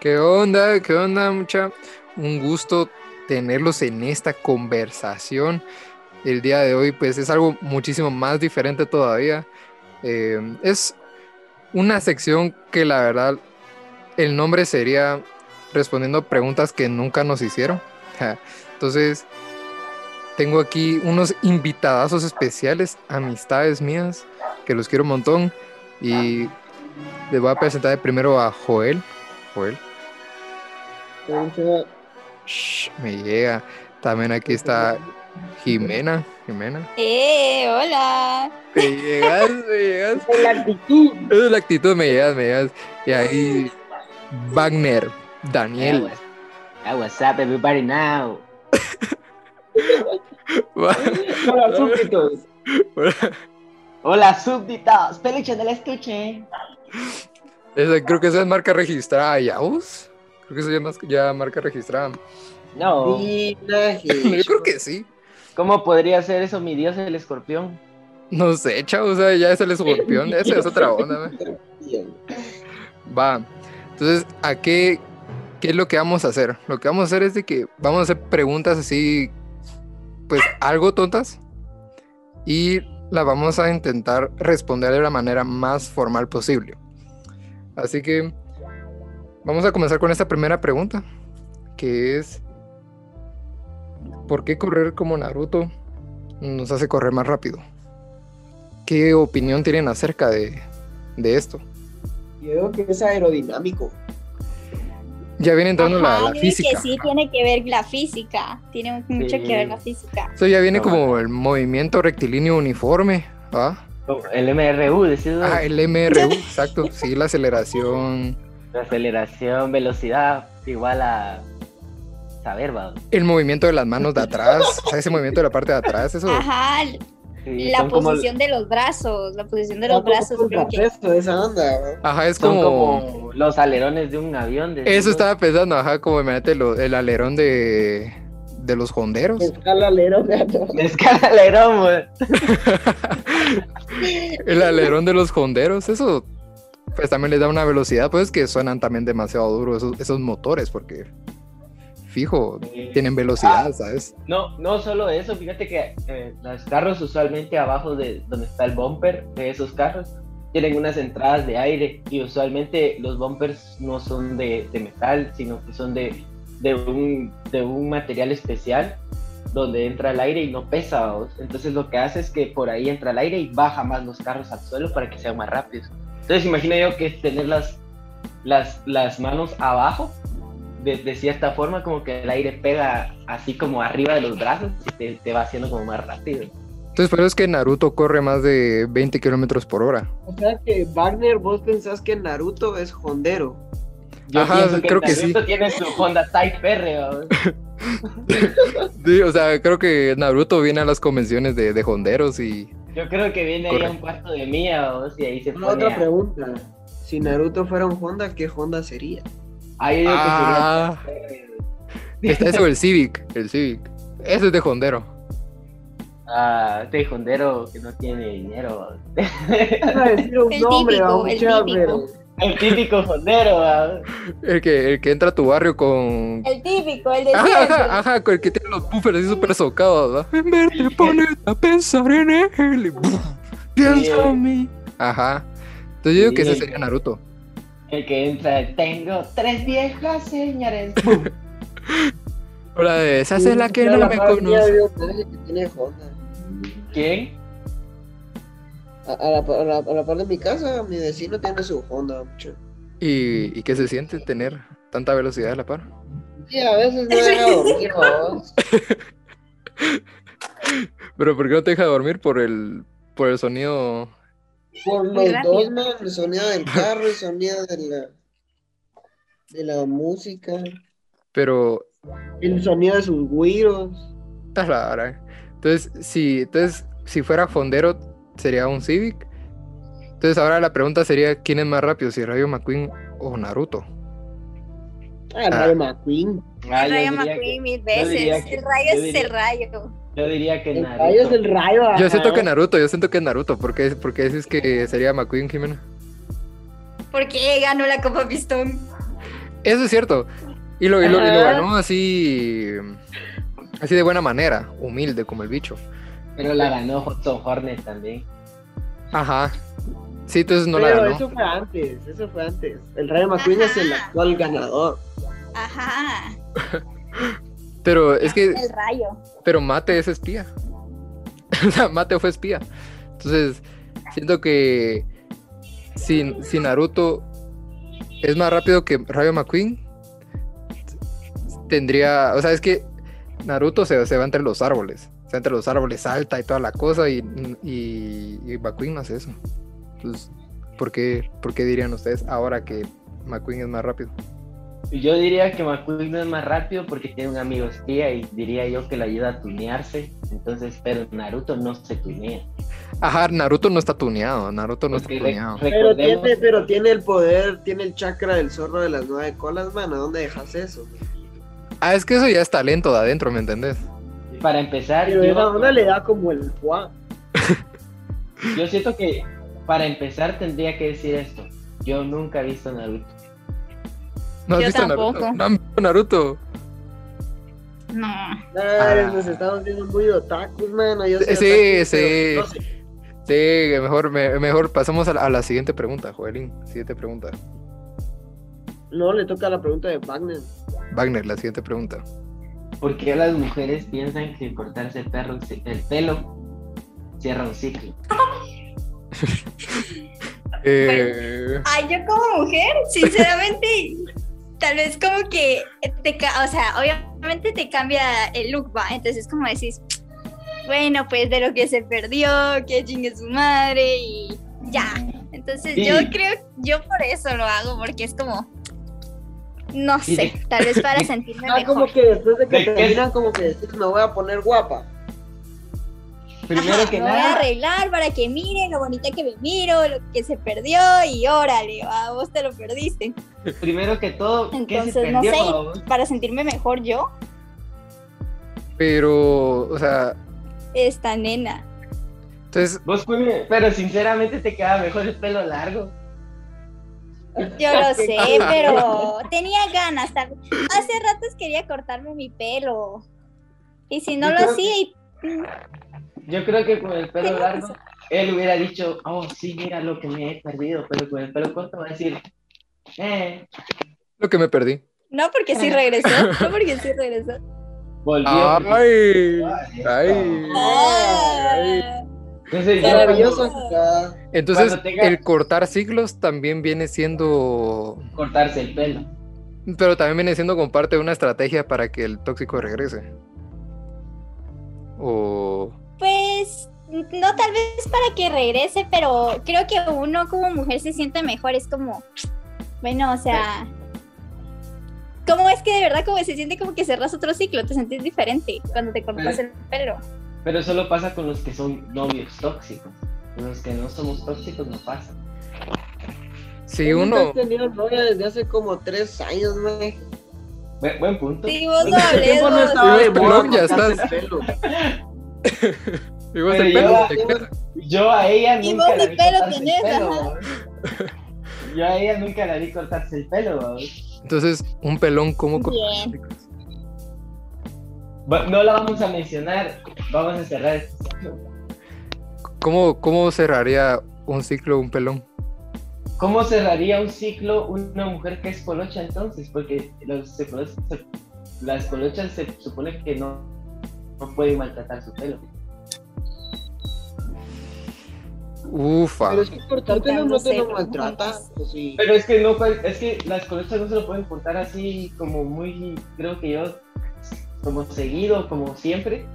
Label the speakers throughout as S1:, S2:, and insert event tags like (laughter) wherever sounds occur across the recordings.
S1: ¿Qué onda? ¿Qué onda, mucha? Un gusto tenerlos en esta conversación. El día de hoy, pues es algo muchísimo más diferente todavía. Eh, es una sección que la verdad, el nombre sería respondiendo preguntas que nunca nos hicieron. (laughs) Entonces, tengo aquí unos invitadazos especiales, amistades mías, que los quiero un montón. Y les voy a presentar de primero a Joel. Joel. Shh, me llega. También aquí está Jimena. Jimena.
S2: ¡Eh! ¡Hola!
S1: Te llegas, me llegas.
S3: Es la actitud.
S1: Es la actitud, me llegas, me llegas. Y ahí, Wagner, Daniel.
S4: Hey, Ah, what's up, everybody now?
S1: Ah,
S3: Hola, súbditos.
S4: Hola, súbditos. Peluche del estuche.
S1: (laughs) Esa- creo que esa es marca registrada, ¿ya vos? Creo que esa ya es más- ya marca registrada. (laughs)
S4: No.
S1: Yo creo que sí.
S4: ¿Cómo podría ser eso mi dios el escorpión?
S1: No sé, chavo, o sea, ya es el escorpión, esa es otra onda, ¿ve? Va. Entonces, ¿a qué, qué es lo que vamos a hacer? Lo que vamos a hacer es de que vamos a hacer preguntas así, pues algo tontas, y las vamos a intentar responder de la manera más formal posible. Así que vamos a comenzar con esta primera pregunta, que es, ¿por qué correr como Naruto nos hace correr más rápido? ¿Qué opinión tienen acerca de, de esto?
S3: Yo creo que es aerodinámico.
S1: Ya viene entrando la-
S2: Ajá,
S1: la,
S2: yo creo
S1: física.
S2: que sí tiene que ver la física. Tiene mucho que ver la física.
S1: Eso ya viene
S4: No,
S1: como el movimiento rectilíneo uniforme. ¿ah?
S4: El MRU, decís vos.
S1: Ah, el
S2: (laughs)
S1: MRU, exacto. Sí, la aceleración.
S4: La Aceleración, velocidad, igual a saber, va.
S1: El movimiento de las manos de atrás. o sea, ese movimiento de la parte de atrás, eso.
S2: Ajá,
S4: Sí,
S2: la
S4: son como- Ah, pues,
S2: posición de los brazos. La posición de los brazos, creo que.
S3: Eso, esa onda,
S1: Ajá, es
S4: son
S1: como.
S4: como los alerones de un avión. decís
S1: Eso
S4: vos.
S1: estaba pensando, ajá, como imagínate lo- el alerón de, de los honderos.
S3: ¿no? Escala alero, gato.
S4: Me escala el (laughs) alerón, güey.
S1: El alerón de los honderos, eso. Pues también les da una velocidad, pues que suenan también demasiado duro esos, esos motores, porque. Fijo, tienen
S2: Ah.
S1: velocidad, ¿sabes?
S4: No, no solo eso, fíjate que eh, los carros usualmente abajo de donde está el bumper de esos carros tienen unas entradas de aire y usualmente los bumpers no son de, de metal, sino que son de, de, un, de un material especial donde entra el aire y no pesa. ¿vamos? Entonces lo que hace es que por ahí entra el aire y baja más los carros al suelo para que sean más rápidos. Entonces imagino yo que tener las, las, las manos abajo de, de cierta forma como que el aire pega así como arriba de los brazos y te, te va haciendo como más rápido.
S1: Entonces, pero es que Naruto corre más de 20 kilómetros por hora.
S3: O sea que Wagner, vos pensás que Naruto es hondero.
S1: Ajá,
S4: pienso
S1: creo que
S4: Naruto tiene su Honda Type R, ¿vamos?
S1: Sí, o sea, creo que Naruto viene a las convenciones de, de honderos y.
S4: yo creo que viene ahí a un
S1: Correcto.
S4: cuarto de mía ¿vamos? y ahí se
S3: Una otra
S4: pone a-
S3: pregunta. Si Naruto fuera un Honda, ¿qué Honda sería?
S4: ahí digo que
S1: Ah,
S4: sería un Type R.
S1: está eso, el Civic. El Civic. Ese es de hondero.
S4: Ah, este hondero que no tiene dinero. ¿vamos?
S3: Iba a decir un
S2: El
S3: nombre,
S2: típico,
S3: vamos,
S2: el
S3: ya,
S2: típico.
S3: pero-
S4: El típico fondero, ¿va?
S1: El que, el que entra a tu barrio con.
S2: El típico, el de
S1: Ajá,
S2: siempre.
S1: ajá, ajá, con el que tiene los buffers así súper socados, ¿no? En verte pones a pensar en él. y ¡buf! Piensa en mí. Ajá. Entonces yo digo que ese
S4: Sí.
S1: sería Naruto.
S4: El que entra, tengo tres viejas, señores.
S1: O la de esa es la que
S3: Ya
S1: no
S3: la
S1: me
S3: madre mía,
S1: conoce.
S3: veo que alguien que tiene Honda.
S4: ¿Quién?
S3: A, a la, a la- a la par de mi casa, mi vecino tiene su Honda. mucho.
S1: ¿Y, ¿Y qué se siente tener tanta velocidad a la par?
S3: Sí, a veces me deja dormir, vamos.
S1: Pero ¿por qué no te deja dormir por el por el sonido?
S3: Por
S2: Muy
S3: los
S2: rápido.
S3: dos, man, el sonido del carro, el sonido de la, de la música,
S1: Pero
S3: el sonido de sus güiros.
S1: está la vara. Entonces, si entonces si fuera fondero sería un Civic. Entonces ahora la pregunta sería quién es más rápido, si Rayo McQueen o Naruto.
S3: Ah,
S1: Ah.
S3: Rayo McQueen.
S4: Ah,
S2: El rayo
S4: yo diría
S2: McQueen mil
S4: yo diría
S2: veces.
S4: que-
S2: El rayo
S4: yo
S2: es
S4: diría-
S2: el rayo.
S4: que- yo diría que
S3: El
S4: Naruto.
S3: rayo es el rayo.
S1: Yo
S3: ajá.
S1: siento que Naruto, yo siento que Naruto, porque porque dices que sería McQueen Jimena.
S2: Porque ganó la Copa Pistón.
S1: Eso es cierto. Y lo, y lo, y lo ganó así. Así de buena manera, humilde como el bicho.
S4: Pero la ganó Hudson Hornet también.
S1: Ajá. Sí, entonces no la
S3: Pero
S1: ganó.
S3: eso fue antes, eso fue antes. El Rayo McQueen es el actual ganador.
S2: Ajá.
S1: Pero es que,
S2: El rayo.
S1: pero Mate es espía. (laughs) O sea, Mate fue espía. Entonces, siento que si, si Naruto es más rápido que Rayo McQueen, tendría. O sea, es que Naruto se, se va entre los árboles. O sea, entre los árboles salta y toda la cosa. Y, y, y McQueen no hace eso. Entonces, ¿por qué, ¿por qué dirían ustedes ahora que McQueen es más rápido?
S4: Yo diría que McQueen no es más rápido porque tiene un amigo espía y diría yo que le ayuda a tunearse. Entonces, pero Naruto no se tunea.
S1: Ajá, Naruto no está tuneado. Naruto no
S4: Porque
S1: está
S4: re-
S1: tuneado.
S3: Pero
S4: recordemos-
S3: tiene, pero tiene el poder, tiene el chakra del zorro de las nueve colas, mano. ¿Dónde dejas eso?
S1: Ah, es que eso ya es talento de adentro, ¿me entendés?
S4: Para empezar,
S3: Pero
S4: yo-
S3: era una le da como el fuá.
S4: Yo siento que para empezar tendría que decir esto. Yo nunca he visto Naruto.
S1: ¿No has
S2: Yo
S1: visto Naruto?
S2: tampoco.
S1: ¿No han visto Naruto?
S2: No.
S3: Ay, Nos estamos viendo muy otakus, mano. Yo soy
S1: Ah. Sí,
S3: otaku,
S1: sí.
S3: pero no sé.
S1: Sí, que mejor, me- mejor pasamos a la, a la siguiente pregunta, Joelín. Siguiente pregunta.
S3: No, le toca la pregunta de Wagner.
S1: Wagner, la siguiente pregunta.
S4: ¿Por qué las mujeres piensan que cortarse el, perro- el pelo cierra un ciclo?
S1: Eh,
S2: Ay, yo como mujer, sinceramente, tal vez como que te, ca- o sea, obviamente te cambia el look, va. Entonces como decís, bueno, pues de lo que se perdió, que chingue su madre y ya. Entonces
S4: Sí.
S2: yo creo, yo por eso lo hago, porque es como, no
S4: Sí.
S2: sé, tal
S4: (laughs)
S2: vez para sentirme
S3: Ah, como
S2: mejor.
S3: que después de que
S4: ¿De qué?
S3: terminan, como que decís, me voy a poner guapa.
S4: Primero
S2: Ajá,
S4: que
S2: me voy a
S4: nada,
S2: arreglar para que miren lo bonita que me miro, lo que se perdió y órale, va, vos te lo perdiste.
S4: primero que todo, ¿qué se
S2: Entonces, no
S4: perdió?
S2: sé, para sentirme mejor yo,
S1: pero, o sea,
S2: esta nena.
S1: entonces,
S4: Vos, Cuime, pero sinceramente te queda mejor el pelo largo. (laughs)
S2: Yo lo sé, pero tenía ganas. tal- Hace ratos quería cortarme mi pelo. Y si no
S4: Yo
S2: lo
S4: creo
S2: hacía, y-
S4: Yo creo que con el pelo
S2: Tengo
S4: largo, él hubiera dicho, oh, sí, mira lo que me he perdido, pero con el pelo corto va a decir, eh,
S1: lo que me perdí.
S2: no porque sí
S4: (laughs)
S2: regresó, no porque sí regresó.
S4: volvió.
S1: ¡Ay! ay.
S2: Ah.
S4: Entonces, yo-
S3: Maravilloso. Ah,
S1: Entonces,
S4: Cuando tenga-
S1: el cortar ciclos también viene siendo.
S4: cortarse el pelo.
S1: Pero también viene siendo como parte de una estrategia para que el tóxico regrese. O.
S2: Pues no tal vez para que regrese, pero creo que uno como mujer se siente mejor, es como, bueno, o sea, ¿cómo es que de verdad como se siente como que cerras otro ciclo? Te sentís diferente cuando te cortas el pelo.
S4: Pero solo pasa con los que son novios tóxicos. Con los que no somos tóxicos no pasa.
S1: Si
S4: Pues
S3: yo nunca
S1: uno.
S3: he tenido novia desde hace como tres años, mae.
S4: Bu- buen punto.
S2: Sí, vos
S4: (laughs)
S2: no
S3: El
S2: hables,
S3: tiempo no
S2: vos.
S3: estaba de
S1: Tienes
S3: moda
S1: pelón, Este ya
S3: cortarse
S1: estás.
S3: el pelo.
S1: Digo,
S4: Pero
S1: este
S4: yo-
S1: pelo se te queda.
S4: Yo a ella
S2: Y
S4: nunca
S2: vos
S4: la
S2: ni
S4: vi
S2: pelo
S4: cortarse el
S2: tenés,
S4: pelo.
S2: ajá.
S4: ¿no? Yo a ella nunca la vi cortarse el pelo. ¿no?
S1: Entonces, un pelón como con-
S2: Bien.
S4: Bu- No la vamos a mencionar. Vamos a cerrar este ciclo.
S1: ¿Cómo, cómo cerraría un ciclo un pelón?
S4: ¿Cómo cerraría un ciclo una mujer que es polocha entonces? Porque los, se- se- las polochas se supone que no, no pueden maltratar su pelo.
S1: Ufa.
S3: Pero es que cortar pelo no te lo
S2: Cortándose.
S3: maltrata. pues sí.
S4: Pero es que no, cual- es que las colochas no se lo pueden cortar así como muy, creo que yo, como seguido, como siempre,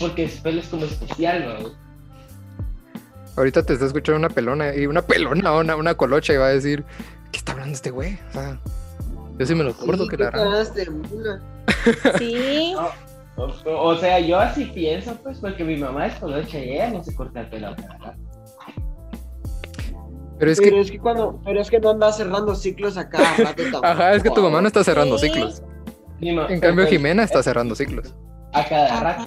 S4: porque su pelo es como especial, ¿no?
S1: Ahorita te está escuchando una pelona y una pelona, una, una colocha y va a decir, ¿qué está hablando este güey? O sea, yo sí me lo acuerdo
S3: Sí,
S1: que
S3: tú
S1: la harán.
S3: cagaste una.
S2: Sí,
S4: O, o sea, yo así pienso, pues, porque mi mamá es colocha y ella no se corta el pelo. ¿verdad?
S1: Pero es
S3: Pero
S1: que,
S3: es que cuando, pero es que no andas cerrando ciclos a cada rato
S1: (laughs)
S3: tampoco.
S1: ajá, es que tu mamá no está cerrando
S2: Sí.
S1: ciclos.
S4: Mi ma-
S1: En cambio,
S4: entonces,
S1: Jimena está cerrando ciclos.
S4: A cada rato.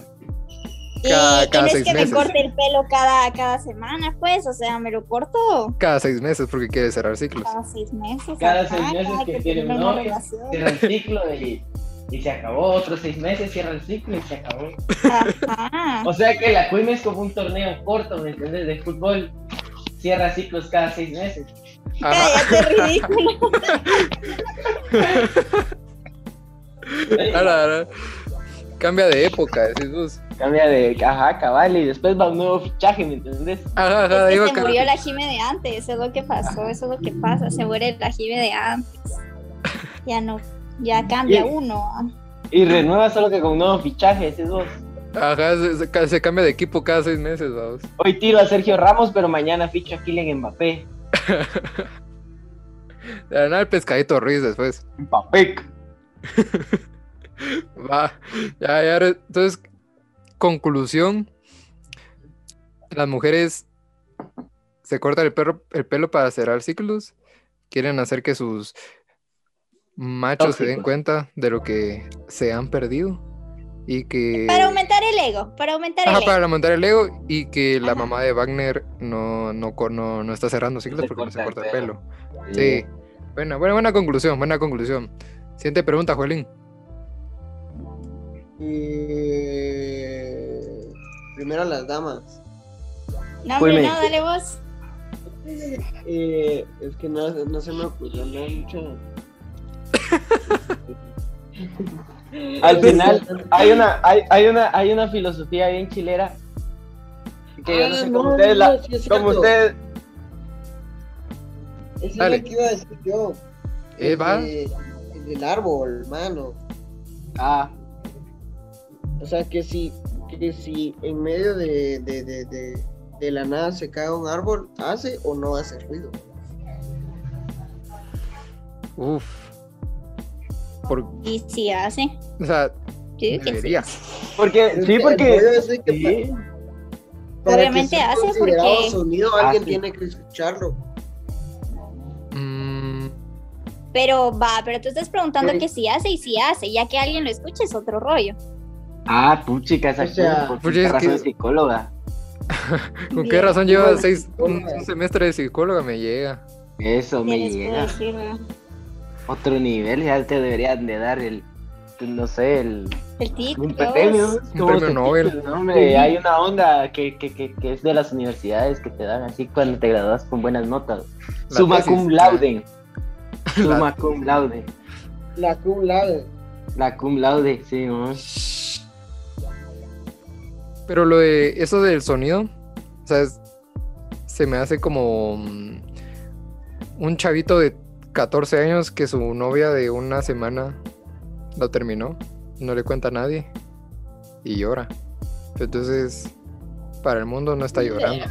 S1: Cada-
S2: y, y
S1: cada
S2: no es
S1: seis
S2: que
S1: meses.
S2: me corte el pelo cada, cada semana, pues, o sea, me lo corto
S1: Cada seis meses porque quiere cerrar ciclos.
S2: cada seis meses.
S4: Cada
S2: ajá,
S4: seis meses
S2: cada
S4: que tiene
S2: termino
S4: un
S2: una
S4: novio.
S2: relación.
S4: Cierra el ciclo y, y se acabó. Otros seis meses, cierra el ciclo y se acabó. (laughs)
S2: Ajá.
S4: O sea que la Queen es como un torneo corto, ¿me entiendes? De fútbol. Cierra ciclos cada seis meses.
S1: Ajá. (laughs)
S2: Cállate, ridículo.
S1: Ara, ara. Cambia de época, decís vos.
S4: Cambia de ajá, cabal, y después va un nuevo fichaje, ¿me entendés?
S1: Ajá,
S2: Es
S1: ajá,
S2: que
S1: digo
S2: se
S1: que-
S2: murió la Jime de antes, eso es lo que pasó, eso es lo que pasa, se muere la Jime de antes. Ya no, ya cambia
S4: Y-
S2: uno. ah.
S4: Y renueva solo que con un nuevo fichaje, decís vos.
S1: Ajá, se, se ca- se cambia de equipo cada seis meses, vamos.
S4: Hoy tiro a Sergio Ramos, pero mañana ficho a Kylian Mbappé.
S1: Le dan al pescadito Ruiz después.
S4: Mbappé.
S1: Va. Ya, ya. re- Entonces, conclusión. Las mujeres se cortan el, perro, el pelo para cerrar ciclos. Quieren hacer que sus machos se den
S4: Tóxicos.
S1: cuenta de lo que se han perdido. Y que...
S2: Para aumentar el ego, para aumentar el
S1: Ajá,
S2: ego.
S1: para montar el ego y que la
S2: Ajá.
S1: mamá de Wagner no, no, co- no, no está cerrando ciclos
S4: se
S1: porque no se
S4: corta
S1: corta
S4: el
S1: el pelo. Sí. Buena, buena, buena conclusión, buena conclusión. Siguiente pregunta, Joelín.
S3: Eh, primero las damas.
S2: No,
S1: Pues
S2: hombre,
S4: Ponme.
S2: no, dale vos.
S3: Eh, es que no, no se me ocurrió nada (laughs) mucho.
S4: Al
S3: Ah,
S4: final, hay una, hay, hay una, hay una filosofía bien chilera. Que yo Ah, no sé cómo ustedes la.
S3: sí es
S4: Como
S3: cierto.
S4: ustedes.
S3: Eso es
S1: Dale.
S3: lo que iba a decir yo.
S1: Eh,
S3: El
S1: va.
S3: de- el del árbol, mano.
S4: Ah,
S3: O sea, que si, que si en medio de, de, de, de, de la nada se cae un árbol, ¿hace o no hace ruido?
S1: Uf. Por, o
S2: Y si hace.
S1: sea,
S2: Yo digo que sí.
S1: debería.
S4: porque.
S3: Es
S4: Sí,
S3: que el
S4: porque.
S3: rollo es de que
S4: sí.
S3: pa- para que
S2: Obviamente
S3: sea
S2: hace,
S3: considerado
S2: porque-
S3: sonido
S1: Ah,
S3: alguien
S4: Hace.
S3: tiene que escucharlo.
S1: Mm,
S2: Pero va, pero tú estás preguntando
S3: Sí.
S2: que si hace y si hace, ya que alguien lo escuche es otro rollo.
S4: Ah, puchica, esa
S3: O sea,
S4: por
S1: pues es
S4: qué razón
S1: que-
S4: es psicóloga.
S1: ¿Con qué
S2: Bien.
S1: razón lleva seis, un,
S3: psicóloga.
S1: un semestre de psicóloga? Me llega.
S4: Eso me
S2: Tienes que
S4: llega.
S2: decirlo.
S4: Otro nivel, ya te deberían de dar el. No sé, el.
S2: El tic,
S4: Un
S2: Dios. (laughs)
S4: premio, ¿no? Es
S1: Un
S4: como
S1: premio
S4: te-
S1: Nobel.
S4: no, hombre, hay una onda que, que, que, que es de las universidades que te dan así cuando te gradúas con buenas notas.
S1: La
S4: Summa
S1: tesis,
S4: cum
S1: la- (laughs)
S4: laude. Summa cum laude.
S3: La cum laude.
S4: La cum laude,
S1: (laughs)
S4: sí, ¿no?
S1: Pero lo de eso del sonido, o sea, es- se me hace como mm, un chavito de 14 años que su novia de una semana lo terminó, no le cuenta a nadie y llora. Entonces, para el mundo no está llorando.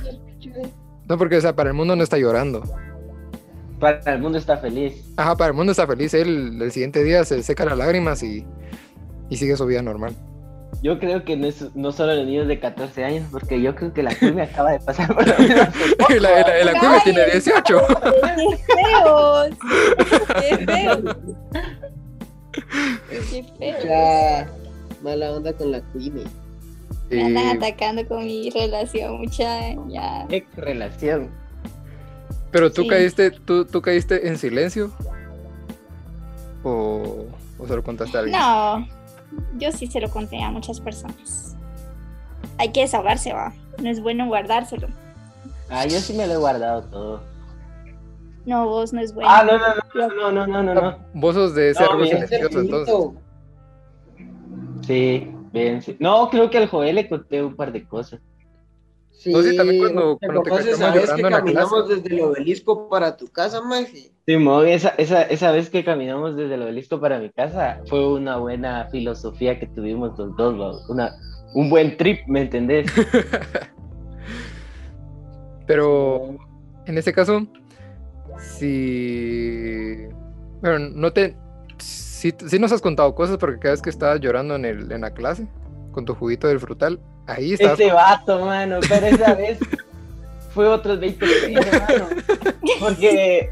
S1: No, porque, o sea, para el mundo no está llorando.
S4: Para el mundo está feliz.
S1: Ajá, para el mundo está feliz. Él el siguiente día se seca las lágrimas y, y sigue su vida normal. (laughs)
S4: Yo creo que no, es, no solo los niños de 14 años, porque yo creo que la (laughs) cum me acaba de pasar por lo menos.
S1: Y la, la, la cumbia tiene
S2: (laughs)
S1: 18.
S2: ¡Qué feos! ¡Qué feos! ¡Qué feos!
S3: Ya, mala onda con la cuime.
S2: Me andan
S1: Y-
S2: atacando con mi relación, mucha. Ya.
S4: Qué relación.
S1: Pero tú
S2: Sí.
S1: caíste, tú, tú caíste en silencio. O, o se lo contaste a alguien.
S2: No, yo sí se lo conté a muchas personas. Hay que desahogarse, va. No es bueno guardárselo.
S4: Ah, yo sí me lo he guardado todo.
S2: No, vos no es bueno.
S4: Ah, no, no, no, no, no, no, no. no.
S1: Vos sos de ese
S4: No,
S1: este árbol
S4: bien.
S1: silencioso, entonces.
S4: Sí, bien. sí. No, creo que al Joel le conté un par de cosas.
S3: Sí,
S1: No, sí, también cuando-
S3: ¿te
S1: cuando te
S3: acordás
S1: caes
S3: esa vez que
S1: llorando en la
S3: caminamos desde el obelisco para tu casa, Maje?
S4: Simón, esa, esa, esa vez que caminamos desde el obelisco para mi casa fue una buena filosofía que tuvimos los dos, vamos, una, un buen trip, ¿me entendés?
S1: Pero en este caso, si. Bueno, no te. Si, si nos has contado cosas porque cada vez que estabas llorando en, el, en la clase con tu juguito del frutal, ahí estabas.
S4: Este vato, mano, pero esa vez fue otros 20 pesos, mano, porque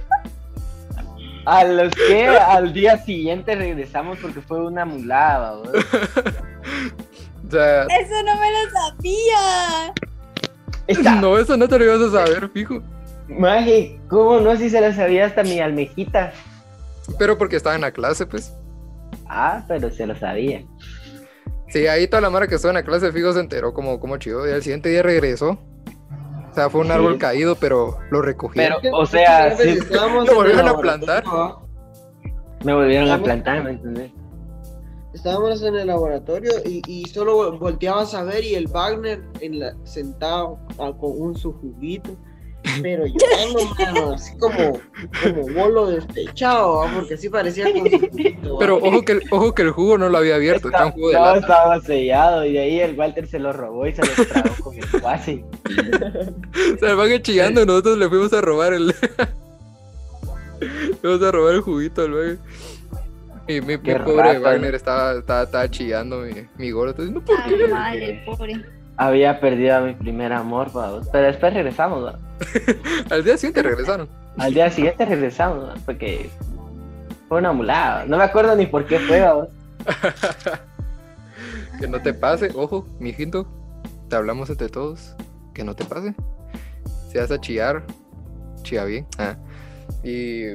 S4: a los que al día siguiente regresamos porque fue una mulada, vamos.
S1: O sea,
S2: Eso no me lo sabía.
S4: Esta,
S1: no, eso no te lo ibas a saber, fijo.
S4: Maje, ¿cómo no? Si se la sabía hasta mi almejita.
S1: Pero porque estaba en la clase, pues.
S4: Ah, pero se lo sabía.
S1: Sí, ahí toda la mara que estuvo en la clase, fijo, se enteró como, como chido. Y al siguiente día regresó. O sea, fue un
S4: Sí.
S1: árbol caído, pero lo recogieron.
S4: Pero, o sea, sí,
S1: Lo
S3: estábamos en el
S1: volvieron a
S3: laboratorio,
S1: plantar.
S3: ¿va?
S4: me volvieron a plantar, ¿me entendés?
S3: Estábamos en el laboratorio y, y solo vol- volteabas a ver y el Wagner en la- sentado a- con un su juguito, pero
S4: (laughs)
S3: llorando, mano, así como, como bolo despechado, ¿va? porque así parecía con su juguito. ¿va?
S1: Pero ojo que, el, ojo que el jugo no lo había abierto,
S4: Esta-
S1: estaba un jugo de
S4: no,
S1: lata.
S4: estaba sellado y de ahí el Walter se lo robó y se lo tragó con el cuasi.
S1: O sea, el vague chillando, nosotros le fuimos a robar el. (laughs) le fuimos a robar el juguito al vague. Y mi, mi
S4: Qué
S1: pobre
S4: rata,
S1: Wagner
S4: ¿no?
S1: estaba, estaba, estaba chillando, mi, mi gordo. Entonces, no, ¿por
S2: Ay,
S1: qué?
S2: madre, pobre.
S4: Había perdido a mi primer amor, vamos. Pero después regresamos, ¿va?
S1: Al día siguiente regresaron.
S4: Al día siguiente regresamos, ¿va? Porque fue una mulada. No me acuerdo ni por qué fue, vamos.
S1: Que no te pase, ojo, mijito. Te hablamos entre todos. Que no te pase. Si vas a chillar, chilla bien. Ah. Y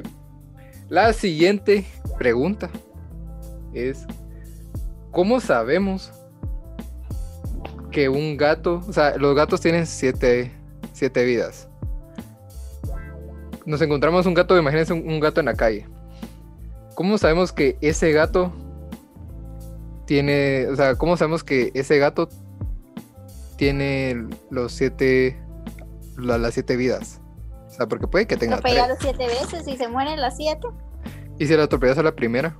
S1: la siguiente pregunta es: ¿Cómo sabemos que un gato, o sea, los gatos tienen siete, siete vidas? Nos encontramos un gato, imagínense un, un gato en la calle. ¿Cómo sabemos que ese gato tiene, o sea, ¿cómo sabemos que ese gato tiene los siete, la- las siete vidas? O sea, porque puede que tenga tres.
S2: Atropellado siete veces y se mueren las siete.
S1: Y si la atropellas a la primera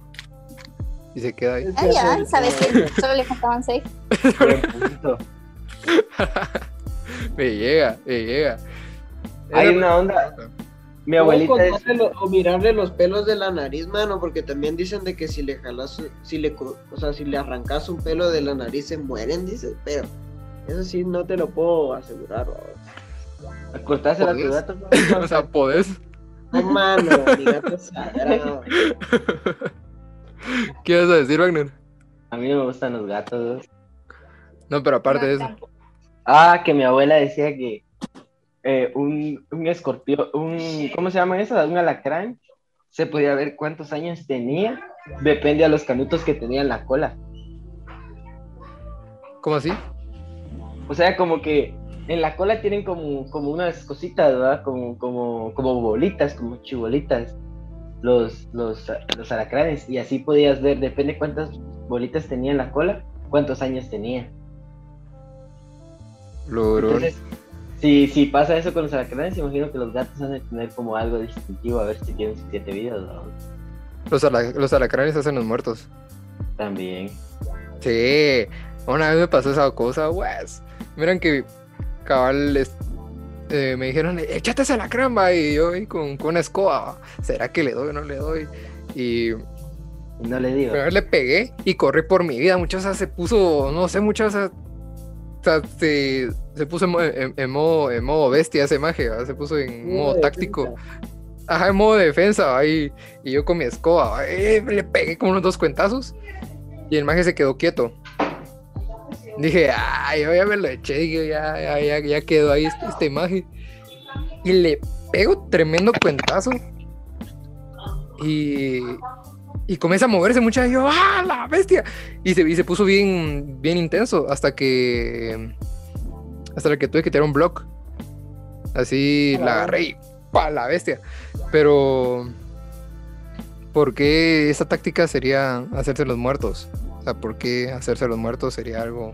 S1: y se queda ahí.
S2: Ay, ya, sabes que solo le faltaban seis.
S1: (laughs)
S4: Buen punto.
S1: Me llega, me llega.
S4: Hay
S1: Era-
S4: una onda. Mi
S3: O
S4: abuelita es.
S3: cortarle lo- o mirarle los pelos de la nariz, mano, porque también dicen de que si le jalas, si le, co- o sea, si le arrancas un pelo de la nariz se mueren, dice, pero eso sí no te lo puedo asegurar, ¿va?
S4: ¿Cortaste a tu
S1: Podés.
S4: gato? ¿no?
S1: (laughs) O sea, podés.
S3: No, mano,
S4: (laughs)
S3: mi gato es sagrado.
S1: ¿Qué ibas a decir, Wagner?
S4: A mí no me gustan los gatos.
S1: No, pero aparte de
S2: No,
S1: eso.
S2: tampoco.
S4: Ah, que mi abuela decía que eh, un, un escorpión, un, ¿cómo se llama eso? Un alacrán, se podía ver cuántos años tenía, depende a los canutos que tenía en la cola.
S1: ¿Cómo así?
S4: O sea, como que en la cola tienen como, como unas cositas, ¿verdad? Como, como, como bolitas, como chibolitas, los, los, los alacranes, y así podías ver, depende cuántas bolitas tenía en la cola, cuántos años tenía.
S1: Lurón.
S4: Entonces, si, si pasa eso con los alacranes, imagino que los gatos han de tener como algo distintivo, a ver si tienen sus siete vidas ¿no?
S1: Los, ala- los alacranes hacen los muertos.
S4: también.
S1: Sí. Una vez me pasó esa cosa, weas. Miren que cabal es- eh, me dijeron, échate ese alacrán, va", Y yo ahí con, con una escoba, ¿será que le doy o no le doy? Y
S4: Y No le digo.
S1: Primero le pegué y corrí por mi vida. Muchacha se puso, no sé, muchacha. O sea, se, se puso en, mo- en- en modo, en modo bestia ese maje, ¿va? se puso en modo táctico. Ajá, en modo defensa, ¿va? y, y yo con mi escoba, ¿va? Eh, le pegué con unos dos cuentazos y el maje se quedó quieto. Dije, ay, yo ya me lo eché, dije, ya, ya, ya, ya quedó ahí este, este maje. Y le pego tremendo cuentazo y, y comienza a moverse mucha y yo, ¡ah, la bestia! Y se, y se puso bien, bien intenso hasta que hasta que tuve que tirar un block. Así
S4: A la
S1: la agarré y ¡pa! la bestia. Pero ¿por qué esa táctica sería hacerse los muertos? O sea, ¿por qué hacerse los muertos sería algo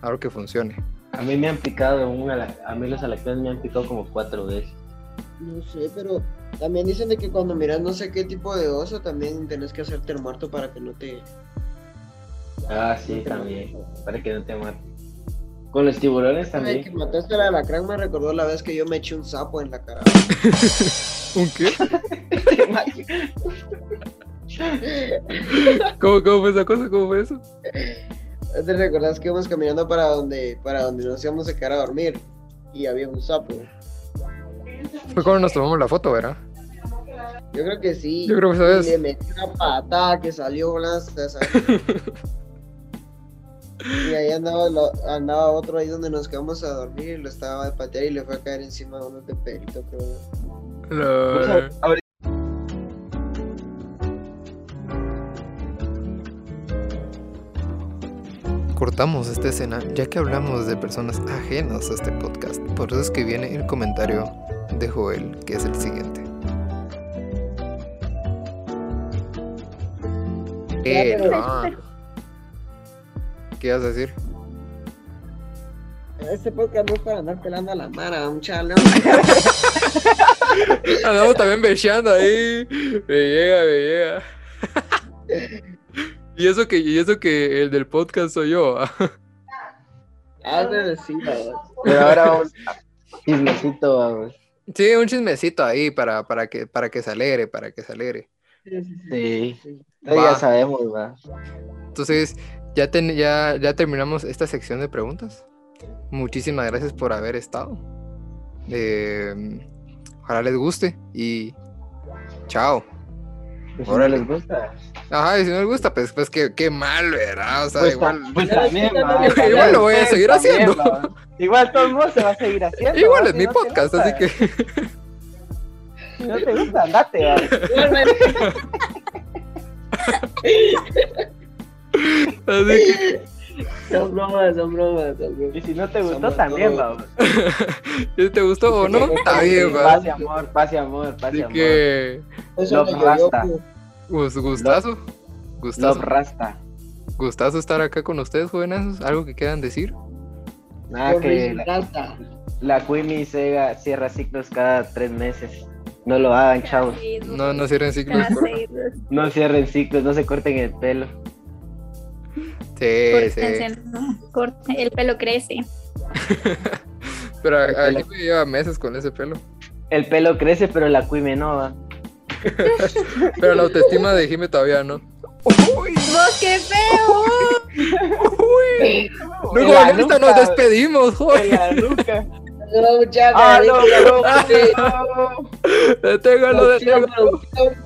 S1: algo que funcione?
S4: A mí me han picado un ala- a mí los alacranes me han picado como cuatro veces.
S3: No sé, pero también dicen de que cuando miras no sé qué tipo de oso, también tenés que hacerte el muerto para que no te...
S4: Ah, sí, también. Para que no te maten. Con los tiburones
S3: El que
S4: también.
S3: mataste al alacrán me recordó la vez que yo me eché un sapo en la cara.
S1: ¿Un qué? ¿Cómo, cómo fue esa cosa? ¿Cómo fue eso?
S3: ¿Te recordás que íbamos caminando para donde, para donde nos íbamos a quedar a dormir? Y había un sapo.
S1: Fue cuando nos tomamos la foto, ¿verdad?
S3: Yo creo que sí.
S1: Yo creo que esa
S3: Y
S1: vez. (laughs)
S3: le metí una patada que salió volando hasta esa- Y ahí andaba, lo- andaba otro ahí donde nos quedamos a dormir y lo estaba de patear y le fue a caer encima a unos de pelito, creo.
S1: Lol. Cortamos esta escena ya que hablamos de personas ajenas a este podcast. Por eso es que viene el comentario de Joel, que es el siguiente. Eh,
S3: pero-
S1: no. ¿Qué ibas a decir?
S3: Este podcast no es para andar pelando a la mara, un chalón.
S1: Andamos también becheando ahí. Me llega, me llega. Y eso que, y eso que el del podcast soy yo. ah.
S3: Hazme decir, vamos.
S4: Pero ahora vamos a chismecito, vamos.
S1: Sí, un chismecito ahí para, para que, para que se alegre, para que se alegre.
S3: Sí, sí, sí.
S4: Sí.
S1: Va.
S4: Ya sabemos, va. Pues
S1: Entonces, ya, ten- ya, ya terminamos esta sección de preguntas. Muchísimas gracias por haber estado. Eh, ojalá les guste y chao.
S4: Pues si no les gusta.
S1: Ajá, y si no les gusta, pues, pues qué, qué mal, ¿verdad? O sea,
S4: Pues,
S1: igual,
S4: ta- pues también, va.
S3: Igual
S4: También
S1: lo voy a
S4: ustedes
S1: seguir
S4: también,
S1: haciendo.
S4: va. Igual todo el mundo se va a seguir haciendo.
S1: igual
S4: va,
S1: es
S4: si
S1: mi
S4: no pues, te
S1: podcast,
S4: gusta.
S1: así que...
S4: Si no te gusta, andate, va.
S1: así que-
S3: Son bromas, son bromas, son
S4: Y
S3: bromas.
S4: si no te gustó,
S3: Somos
S4: también,
S3: todos.
S4: va.
S1: si te gustó o no, (laughs) está bien, ¿va?
S4: Pase amor, pase amor, pase
S1: Así
S4: amor.
S1: que,
S3: Eso
S4: Love
S3: me llovió,
S4: Rasta.
S3: pues.
S1: pues, gustazo.
S4: Love
S1: Gustazo,
S4: Rasta.
S1: gustazo estar acá con ustedes, jóvenes. ¿Algo que quieran decir?
S4: Nada
S3: Love
S4: Ah, que la, (laughs)
S3: Rasta.
S4: la Quimi Sega cierra ciclos cada tres meses. No lo hagan, chavos.
S1: No, no cierren ciclos.
S2: Cada seis,
S4: No cierren ciclos, no se corten el pelo.
S1: Sí, sí.
S2: córtense, ¿no? Corte- El pelo crece.
S1: Pero a- a-
S4: Ojalá.
S1: aquí me lleva meses con ese pelo.
S4: El pelo crece, pero la Quimi no va.
S1: Pero la autoestima de Jimmy todavía
S4: (laughs)
S1: no. Uy,
S2: ¡Vos qué feo!
S1: uy.
S4: En
S1: Luego
S4: la
S1: de esto nos
S4: nuca,
S1: despedimos, joder.
S4: en la nuca.
S3: No, muchachos.
S4: Ah, no, no, no, no.
S1: Deténgalo,
S3: Producción,
S1: deténgalo.
S3: producción,